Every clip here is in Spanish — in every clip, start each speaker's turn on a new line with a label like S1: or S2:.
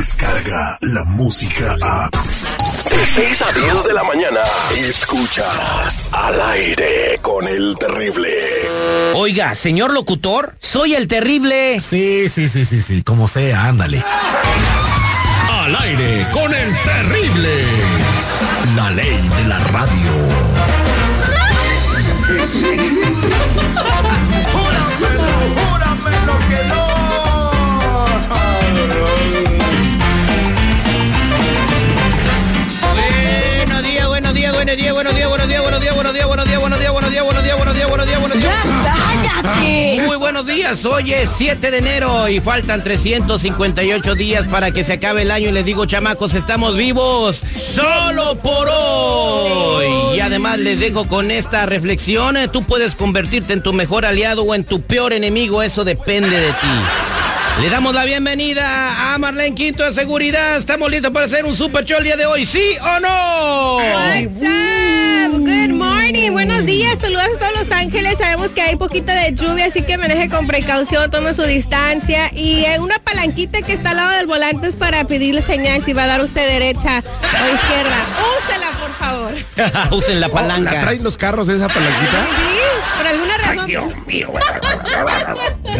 S1: Escucha la música a.
S2: De 6 a 10 de la mañana. Escuchas al aire con el terrible.
S3: Oiga, señor locutor, soy el terrible.
S1: Sí, sí, sí, sí, sí, como sea, ándale. Al aire con el terrible. La ley de la radio.
S4: Júramelo, júramelo que no.
S3: Buenos días, buenos días, buenos días, buenos días, buenos días, buenos días, buenos días, buenos días, buenos días, buenos días, buenos días, buenos días, buenos días, buenos días.
S5: ¡Ya cállate!
S3: Muy buenos días, hoy es 7 de enero y faltan 358 días para que se acabe el año y les digo, chamacos, estamos vivos solo por hoy. Y además les dejo con esta reflexión, eh, tú puedes convertirte en tu mejor aliado o en tu peor enemigo, eso depende de ti. Le damos la bienvenida a Marlene Quinto de Seguridad. Estamos listos para hacer un super show el día de hoy, ¿sí o no?
S6: What's up? Good morning. Buenos días. Saludos a todos los ángeles. Sabemos que hay poquito de lluvia, así que maneje con precaución, tome su distancia. Y hay una palanquita que está al lado del volante es para pedirle señal si va a dar usted derecha o izquierda. Úsela, por favor.
S3: Usen la palanca.
S4: Oh, ¿La traen los carros esa palanquita?
S6: Sí, por alguna razón. Pues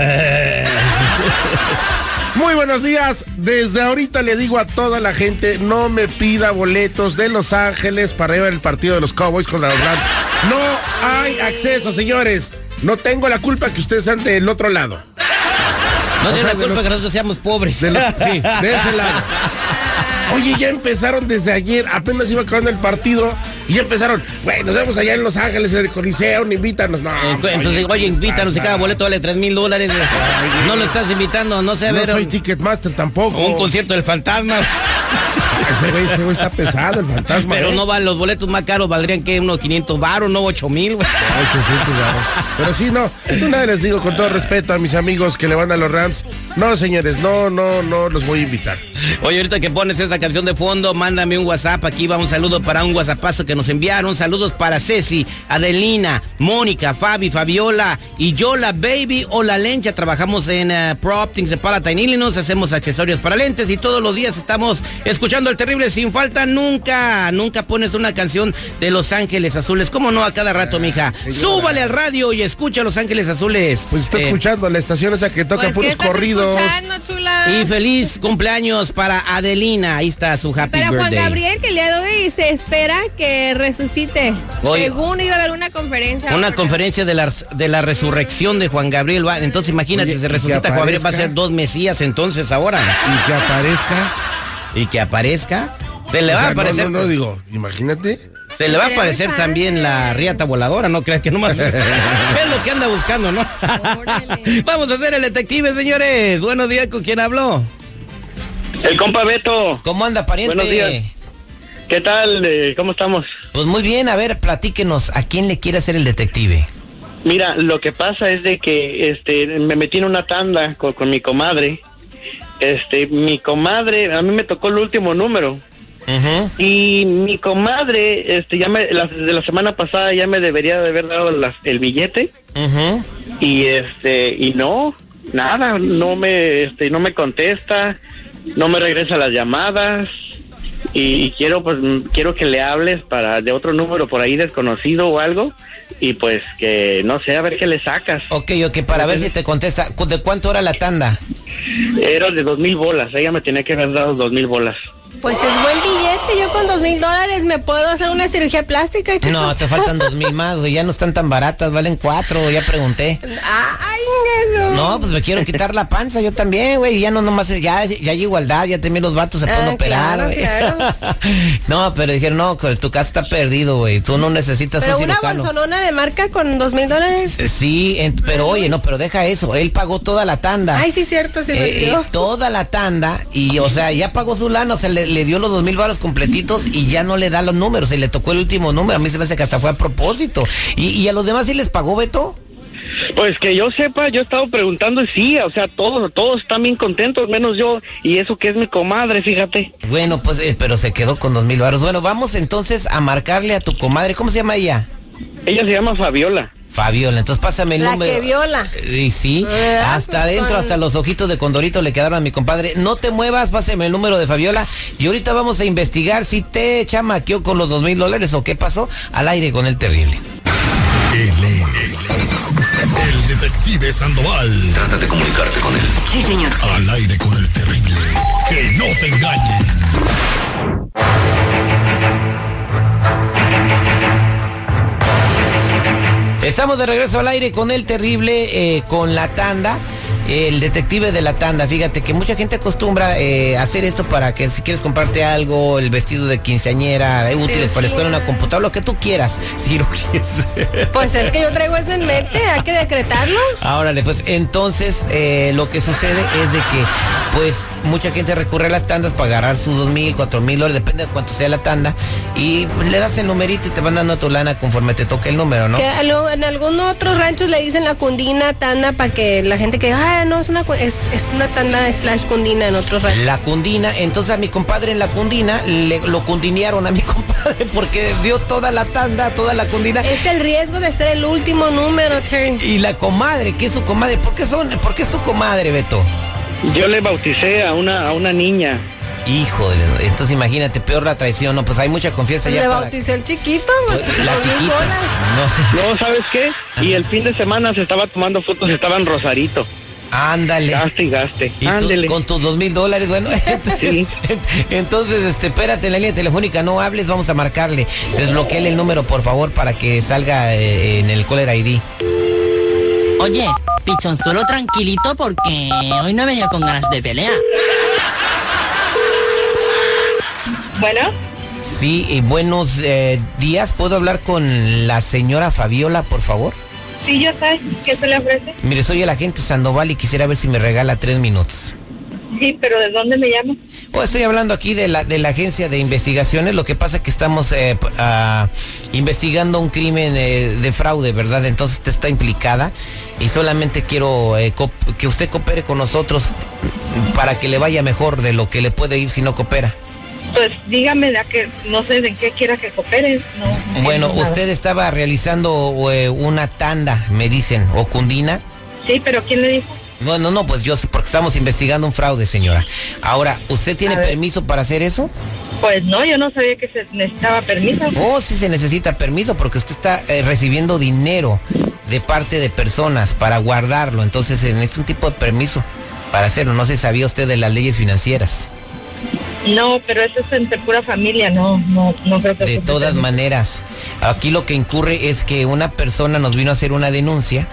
S4: Muy buenos días. Desde ahorita le digo a toda la gente, no me pida boletos de Los Ángeles para ir al partido de los Cowboys contra los Rams. No hay acceso, señores. No tengo la culpa que ustedes sean del otro lado.
S3: No tiene
S4: sea,
S3: la
S4: de
S3: culpa
S4: los-
S3: que nosotros seamos pobres.
S4: De los- sí, de ese lado. Oye, ya empezaron desde ayer, apenas iba acabando el partido y ya empezaron. Güey, nos vemos allá en Los Ángeles, en el Coliseo, no invítanos. No, pues,
S3: Eh, Entonces,
S4: ¿qué
S3: oye,
S4: les
S3: invítanos y
S4: pasa?
S3: cada boleto vale 3 mil dólares. No lo estás invitando, no sé, a
S4: No
S3: ver.
S4: soy
S3: un-
S4: Ticketmaster tampoco.
S3: un concierto del fantasma,
S4: Ese güey, ese güey está pesado, el fantasma.
S3: pero
S4: ¿eh?
S3: no van los boletos más caros, valdrían que unos 500 baros, no 8 mil.
S4: Ah, 800 baros. Pero sí, no. de Una vez les digo con todo respeto a mis amigos que le van a los Rams. No, señores, no, no, no los voy a invitar.
S3: Oye, ahorita que pones esa canción de fondo, mándame un WhatsApp. Aquí va un saludo para un WhatsAppazo que nos enviaron. Saludos para Ceci, Adelina, Mónica, Fabi, Fabiola y yo, la Baby o la Lencha. Trabajamos en eh, Pro Optics de Palatine, Illinois. Hacemos accesorios para lentes y todos los días estamos escuchando el terrible sin falta. Nunca, nunca pones una canción de Los Ángeles Azules. ¿Cómo no? A cada
S4: Ah,
S3: rato, mija. Súbale al radio y escucha Los Ángeles Azules.
S4: Pues está
S3: Eh,
S4: escuchando la estación esa que toca
S6: Pues, ¿qué
S4: puros
S6: estás
S4: corridos.
S6: escuchando, chula?
S3: Y feliz cumpleaños para Adelina. Ahí está su happy
S6: Pero Juan
S3: birthday.
S6: Gabriel, que el día de hoy se espera que resucite.
S3: Oye.
S6: Según iba a haber una conferencia.
S3: Una
S6: Ahora.
S3: conferencia de la, de la resurrección de Juan Gabriel. va- Entonces imagínate, se
S4: Oye, y que
S3: resucita Juan Gabriel, va a
S4: aparezca.
S3: ser dos mesías entonces ahora.
S4: Y que aparezca.
S3: Y que aparezca. Se le
S4: O
S3: va
S4: sea,
S3: a
S4: no,
S3: aparecer,
S4: No, no, digo, imagínate.
S3: se le va a
S6: Pero
S3: aparecer
S6: muy
S3: también la riata voladora, ¿no creas que no más? es lo que anda buscando, ¿no?
S6: Órale.
S3: Vamos a hacer el detective, señores. Buenos días, ¿con quién habló?
S7: El compa Beto,
S3: ¿Cómo anda, pariente?
S7: Buenos días. ¿qué tal? Eh, ¿Cómo estamos?
S3: Pues muy bien, a ver, platíquenos, ¿a quién le quiere hacer el detective?
S7: Mira, lo que pasa es de que este, me metí en una tanda con, con mi comadre. Este, mi comadre, a mí me tocó el último número. Y mi comadre, este, ya me, la, de la semana pasada ya me debería de haber dado las- el billete. y este y no nada no me este no me contesta no me regresa las llamadas y, y quiero pues mm, quiero que le hables para de otro número por ahí desconocido o algo y pues que no sé a ver qué le sacas
S3: Ok, ok, para
S7: Pues
S3: ver si te contesta, ¿cu- ¿de cuánto hora la tanda?
S7: era de dos mil bolas ella me tenía que haber dado dos mil bolas
S6: Pues es buen billete. Yo con dos mil dólares me puedo hacer una cirugía plástica. chicos.
S3: No, te faltan dos mil más, güey. Ya no están tan baratas, valen cuatro, ya pregunté.
S6: Ay, eso.
S3: No, pues me quiero quitar la panza, yo también, güey. Ya no nomás, es- ya, ya hay igualdad, ya también los vatos se pueden
S6: Ah,
S3: operar,
S6: claro,
S3: güey.
S6: claro.
S3: no, pero dijeron, no, pues, tu caso está perdido, güey. Tú no necesitas
S6: Pero
S3: un
S6: una
S3: cirujano.
S6: bolsonona de marca con dos mil dólares.
S3: Eh, Sí, en- pero oye, no, pero deja eso. Él pagó toda la tanda.
S6: Ay, sí, cierto, se me
S3: Eh, eh,
S6: olvidó.
S3: toda la tanda y o sea ya pagó su lana o sea le, le dio los dos mil varos completitos y ya no le da los números y le tocó el último número a mí se me hace que hasta fue a propósito y, y a los demás sí les pagó Beto
S7: Pues que yo sepa, yo he estado preguntando y sí, o sea, todos, todos están bien contentos, menos yo, y eso que es mi comadre, fíjate.
S3: bueno pues eh, pero se quedó con dos mil varos bueno vamos entonces a marcarle a tu comadre cómo se llama ella
S7: Ella se llama Fabiola.
S3: Fabiola, entonces pásame el
S6: La
S3: número. Eh,
S6: que viola. Ah, pues,
S3: Y sí,
S6: ¿Verdad?
S3: hasta adentro, hasta los ojitos de Condorito le quedaron a mi compadre. No te muevas, pásame el número de Fabiola. Y ahorita vamos a investigar si te chamaqueó con los dos mil dólares o qué pasó al aire con el terrible.
S1: Él es el detective Sandoval.
S2: Trata de comunicarte con él.
S5: Sí, señor.
S1: Al aire con el terrible. Que no te engañen.
S3: Estamos de regreso al aire con el terrible, eh, con la tanda, el detective de la tanda. Fíjate que mucha gente acostumbra eh, hacer esto para que si quieres comprarte algo, el vestido de quinceañera, eh, útiles para la escuela, una computadora, lo que tú quieras, cirugías.
S6: Pues es que yo traigo eso en mente, hay que decretarlo.
S3: Ahora, pues entonces eh, lo que sucede es de que pues mucha gente recurre a las tandas para agarrar sus dos mil, cuatro mil dólares, depende de cuánto sea la tanda, y pues, le das el numerito y te van dando tu lana conforme te toque el número, ¿no?
S6: Que a lo- en algunos otros ranchos le dicen la cundina tanda para que la gente que ah no es una cu- es, es una tanda slash cundina en otros ranchos.
S3: La cundina, entonces a mi compadre en la cundina le, lo cundinearon a mi compadre porque dio toda la tanda, toda la cundina.
S6: Es el riesgo de ser el último número, Cherry.
S3: Y la comadre, que es su comadre? ¿Por qué, son, ¿Por qué es tu comadre, Beto?
S7: Yo le bauticé a una, a una niña.
S3: Hijo de... Entonces imagínate, peor la traición, ¿no? Pues hay mucha confianza ya
S6: Le
S3: para-
S6: bautizó el chiquito, pues
S3: La
S6: dos mil
S3: chiquita.
S6: bolas.
S3: No.
S7: No, ¿sabes qué? Y el fin de semana se estaba tomando fotos, estaba en Rosarito.
S3: Ándale.
S7: Gaste y gaste.
S3: Y tú
S7: Ándele.
S3: con tus dos mil dólares, bueno, entonces,
S7: Sí.
S3: entonces, este, espérate en la línea telefónica, no hables, vamos a marcarle. Desbloqueale el número, por favor, para que salga eh, en el caller ID.
S8: Oye, pichonzuelo tranquilito porque hoy no he venido con ganas de pelea.
S9: Bueno,
S3: Sí, y buenos eh, días, ¿puedo hablar con la señora Fabiola, por favor?
S9: sí, yo sé. ¿Qué se le ofrece?
S3: Mire, soy el agente Sandoval y quisiera ver si me regala tres minutos.
S9: Sí, pero ¿de dónde me llama?
S3: Hoy Oh, estoy hablando aquí de la, de la agencia de investigaciones, lo que pasa es que estamos eh, p- ah, investigando un crimen eh, de fraude, ¿verdad? Entonces usted está implicada y solamente quiero eh, co- que usted coopere con nosotros para que le vaya mejor de lo que le puede ir si no coopera.
S9: Pues dígame de a qué, no sé de qué quiera que coopere. No,
S3: Bueno,
S9: no nada.
S3: usted estaba realizando eh, una tanda, me dicen, o cundina.
S9: Sí, pero ¿quién le dijo?
S3: No, no, no, pues yo, porque estamos investigando un fraude, señora. Ahora, ¿usted tiene
S9: A ver.
S3: permiso para hacer eso?
S9: Pues no, yo no sabía que se necesitaba permiso.
S3: Oh, sí se necesita permiso porque usted está eh, recibiendo dinero de parte de personas para guardarlo. Entonces se necesita un tipo de permiso para hacerlo. No se sabía usted de las leyes financieras.
S9: No, pero eso es entre pura familia, no, no, no creo que...
S3: De
S9: ocupe
S3: todas
S9: permiso.
S3: maneras, aquí lo que incurre es que una persona nos vino a hacer una denuncia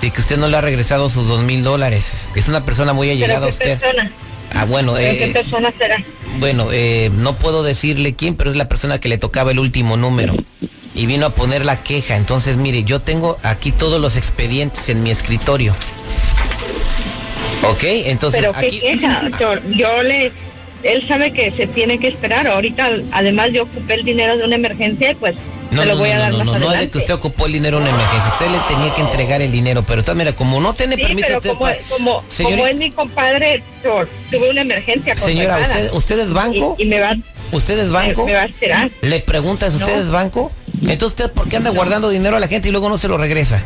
S3: de que usted no le ha regresado sus dos mil dólares. Es una persona muy allegada
S9: ¿Pero
S3: a
S9: qué
S3: usted.
S9: persona?
S3: Ah, bueno,
S9: ¿Pero qué
S3: eh,
S9: persona será?
S3: Bueno, eh, no puedo decirle quién, pero es la persona que le tocaba el último número. Y vino a poner la queja. Entonces, mire, yo tengo aquí todos los expedientes en mi escritorio. ¿Ok? Entonces,
S9: ¿Pero qué
S3: aquí...
S9: queja? Yo, yo le... Él sabe que se tiene que esperar. Ahorita, además, yo ocupé el dinero de una emergencia y pues
S3: No,
S9: se
S3: no,
S9: lo
S3: no,
S9: voy a
S3: no,
S9: dar
S3: no,
S9: más
S3: no, no es de
S9: adelante.
S3: que usted ocupó el dinero en una emergencia. Usted le tenía que entregar el dinero, pero entonces, mira, como no tiene
S9: Sí,
S3: permiso
S9: pero
S3: usted...
S9: como,
S3: pa-
S9: como,
S3: Señorita-
S9: como es mi compadre, yo tuve una emergencia.
S3: Señora,
S9: contratada.
S3: ¿usted, ¿usted es banco?
S9: Y, y me va,
S3: ¿Usted es
S9: me,
S3: banco?
S9: me va a esperar.
S3: ¿Le preguntas, usted
S9: No.
S3: es banco? Entonces, ¿usted por qué anda guardando dinero a la gente y luego no se lo regresa?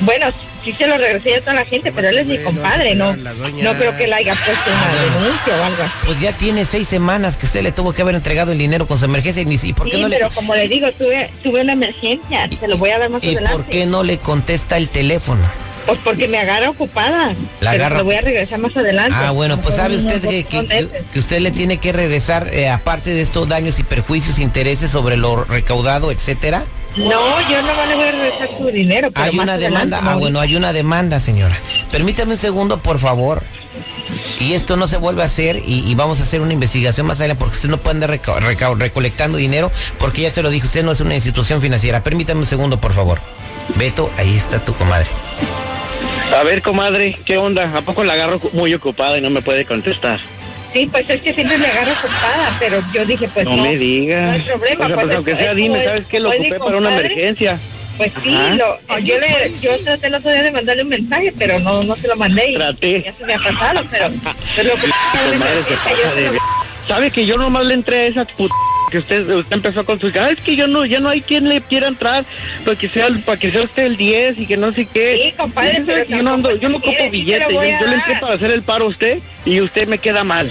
S9: Bueno, sí se lo regresé a toda la gente, pero él es mi
S4: Bueno,
S9: compadre, no,
S4: señora, la doña.
S9: no creo que él haya puesto una
S3: Ah.
S9: denuncia o algo así.
S3: Pues ya tiene seis semanas que usted le tuvo que haber entregado el dinero con su emergencia. y ni si- ¿Y por qué
S9: Sí,
S3: no le,
S9: pero como le digo, tuve, tuve una emergencia, se lo voy a dar más
S3: y
S9: adelante.
S3: por qué no le contesta el teléfono?
S9: Pues porque me agarra ocupada.
S3: La
S9: pero se
S3: agarra-
S9: lo voy a regresar más adelante.
S3: Ah, bueno, pues sabe
S9: Unos
S3: usted
S9: dos,
S3: que, que-
S9: dos meses.
S3: que usted le tiene que regresar, eh, aparte de estos daños y perjuicios, intereses sobre lo recaudado, etcétera.
S9: No, yo no le voy a regresar su dinero. Pero
S3: Hay
S9: más
S3: una demanda.
S9: adelante,
S3: Ah,
S9: no.
S3: bueno, hay una demanda, señora. Permítame un segundo, por favor. Y esto no se vuelve a hacer y, y vamos a hacer una investigación más adelante porque usted no puede andar reco- reco- recolectando dinero porque ya se lo dije, usted no es una institución financiera. Permítame un segundo, por favor. Beto, ahí está tu comadre.
S7: A ver, comadre, ¿qué onda? ¿A poco la agarro cu- muy ocupada y no me puede contestar?
S9: Sí, pues es que siempre me agarra ocupada, pero yo dije, pues
S7: no,
S9: no.
S7: me digas.
S9: no hay problema,
S7: O sea,
S9: pues,
S7: pues,
S9: es-
S7: aunque sea,
S9: es
S7: dime,
S9: como es-
S7: ¿sabes qué? Lo
S9: pues, mi
S7: ocupé para una
S9: compadre.
S7: emergencia.
S9: Pues sí,
S7: Ajá.
S9: lo, yo, le, yo traté el otro día de mandarle un mensaje, pero no, no se lo mandé. Y
S7: Traté.
S9: Ya se me ha pasado, pero, pero lo que
S7: Comadre, se
S9: yo
S7: pasa
S9: se
S7: de
S9: lo-
S7: ver- ¿Sabe que yo nomás le entré a esa puta que usted, usted empezó con su ah, es que yo no, ya no hay quien le quiera entrar para que sea, para que sea usted el 10 y que no sé qué.
S9: Sí, compadre,
S7: Y usted sabe
S9: pero
S7: que yo no ando,
S9: tampoco
S7: yo no
S9: si quieres,
S7: ocupo
S9: sí te lo
S7: billete, yo,
S9: voy a
S7: yo le entré
S9: dar.
S7: para hacer el paro a usted y usted me queda mal.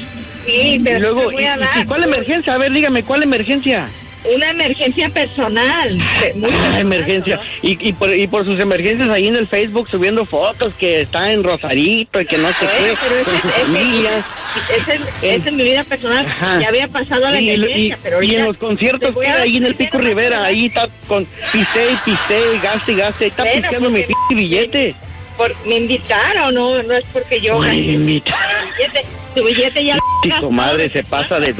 S9: Sí, pero
S7: y luego,
S9: te voy
S7: y-
S9: a
S7: y-
S9: dar pues.
S7: ¿y ¿cuál emergencia? A ver, dígame, ¿cuál emergencia?
S9: una emergencia personal. Muy
S7: Ah,
S9: personal,
S7: emergencia.
S9: ¿no?
S7: Y, y, por, y por sus emergencias ahí en el Facebook subiendo fotos que está en Rosarito y que no sé
S9: Bueno,
S7: qué,
S9: pero ese,
S7: Ah, con su familia.
S9: ese- ese- esa es mi vida personal.
S7: Ajá.
S9: Ya había pasado a la
S7: Y- y-
S9: emergencia,
S7: y-
S9: pero
S7: y
S9: ahorita
S7: en los
S9: te
S7: conciertos
S9: voy a
S7: queda
S9: dar
S7: ahí en el
S9: dinero
S7: Pico
S9: para
S7: Rivera,
S9: pagar.
S7: ahí está con pisé y pisé y gaste y gaste, está
S9: Bueno,
S7: pisando mi
S9: porque-
S7: p billete.
S9: Por- me invitaron, no, no es porque yo
S7: Ay,
S9: gané.
S7: invita.
S9: billete, tu billete ya lo
S7: Sí, comadre, se pasa de b****.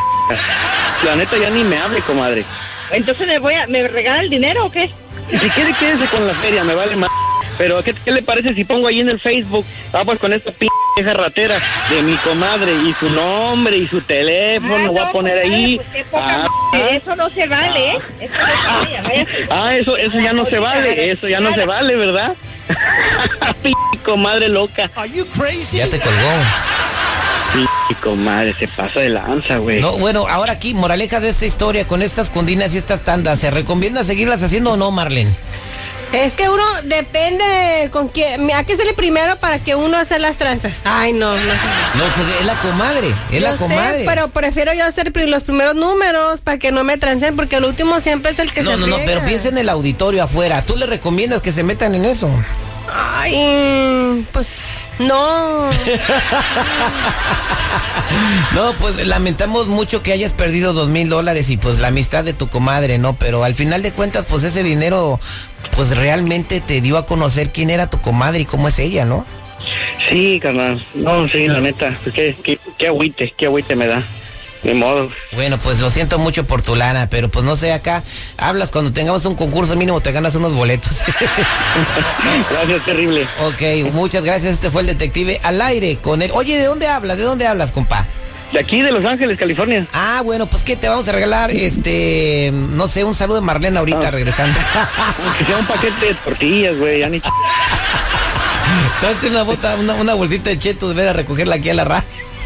S7: La neta ya ni me hable, comadre.
S9: Entonces me voy a, me regala el dinero o qué?
S7: Y Si quiere, quédese con la feria, me vale más. Pero, ¿qué, qué le parece si pongo ahí en el Facebook? Vamos con esta p vieja ratera de mi comadre y su nombre y su teléfono.
S9: Ah,
S7: voy a
S9: no,
S7: poner
S9: compadre,
S7: ahí.
S9: pues qué poca
S7: Ah,
S9: madre, eso no se vale, ¿eh? Eso no se vale, váyase.
S7: Ah, eso, eso ya no se vale, eso ya no se vale, ¿verdad? P comadre loca.
S3: Ya te colgó.
S7: P comadre, se pasa de lanza, güey.
S3: No, bueno, ahora aquí, moraleja de esta historia, con estas cundinas y estas tandas, ¿se recomienda seguirlas haciendo o no, Marlene?
S6: Es que uno depende de con quién. Hay que ser el primero para que uno hacer las tranzas. Ay, no, no sé.
S3: No, pues es la comadre, es
S6: Yo
S3: la
S6: sé,
S3: comadre.
S6: pero prefiero yo hacer pri- los primeros números para que no me trancen, porque el último siempre es el que
S3: no,
S6: se
S3: no, no,
S6: friega.
S3: pero piensa en el auditorio afuera. ¿Tú le recomiendas que se metan en eso?
S6: Ay, pues no.
S3: No, pues lamentamos mucho que hayas perdido dos mil dólares y pues la amistad de tu comadre, ¿no? Pero al final de cuentas, pues ese dinero, pues realmente te dio a conocer quién era tu comadre y cómo es ella, ¿no?
S7: Sí, carnal. No, sí, la neta. Pues qué, qué, qué agüite, qué agüite me da. Ni modo.
S3: Bueno, pues lo siento mucho por tu lana, pero pues no sé, acá hablas cuando tengamos un concurso mínimo, te ganas unos boletos.
S7: Gracias, terrible.
S3: ok, muchas gracias. Este fue el detective al aire con él. Oye, ¿de dónde hablas? ¿De dónde hablas, compa?
S7: De aquí, de Los Ángeles, California.
S3: Ah, bueno, pues que te vamos a regalar, este, no sé, un saludo de Marlene ahorita regresando.
S7: Aunque sea un paquete de tortillas, güey. Ya ni...
S3: Tráete una, bota- una, una bolsita de chetos, ven a recogerla aquí a la radio.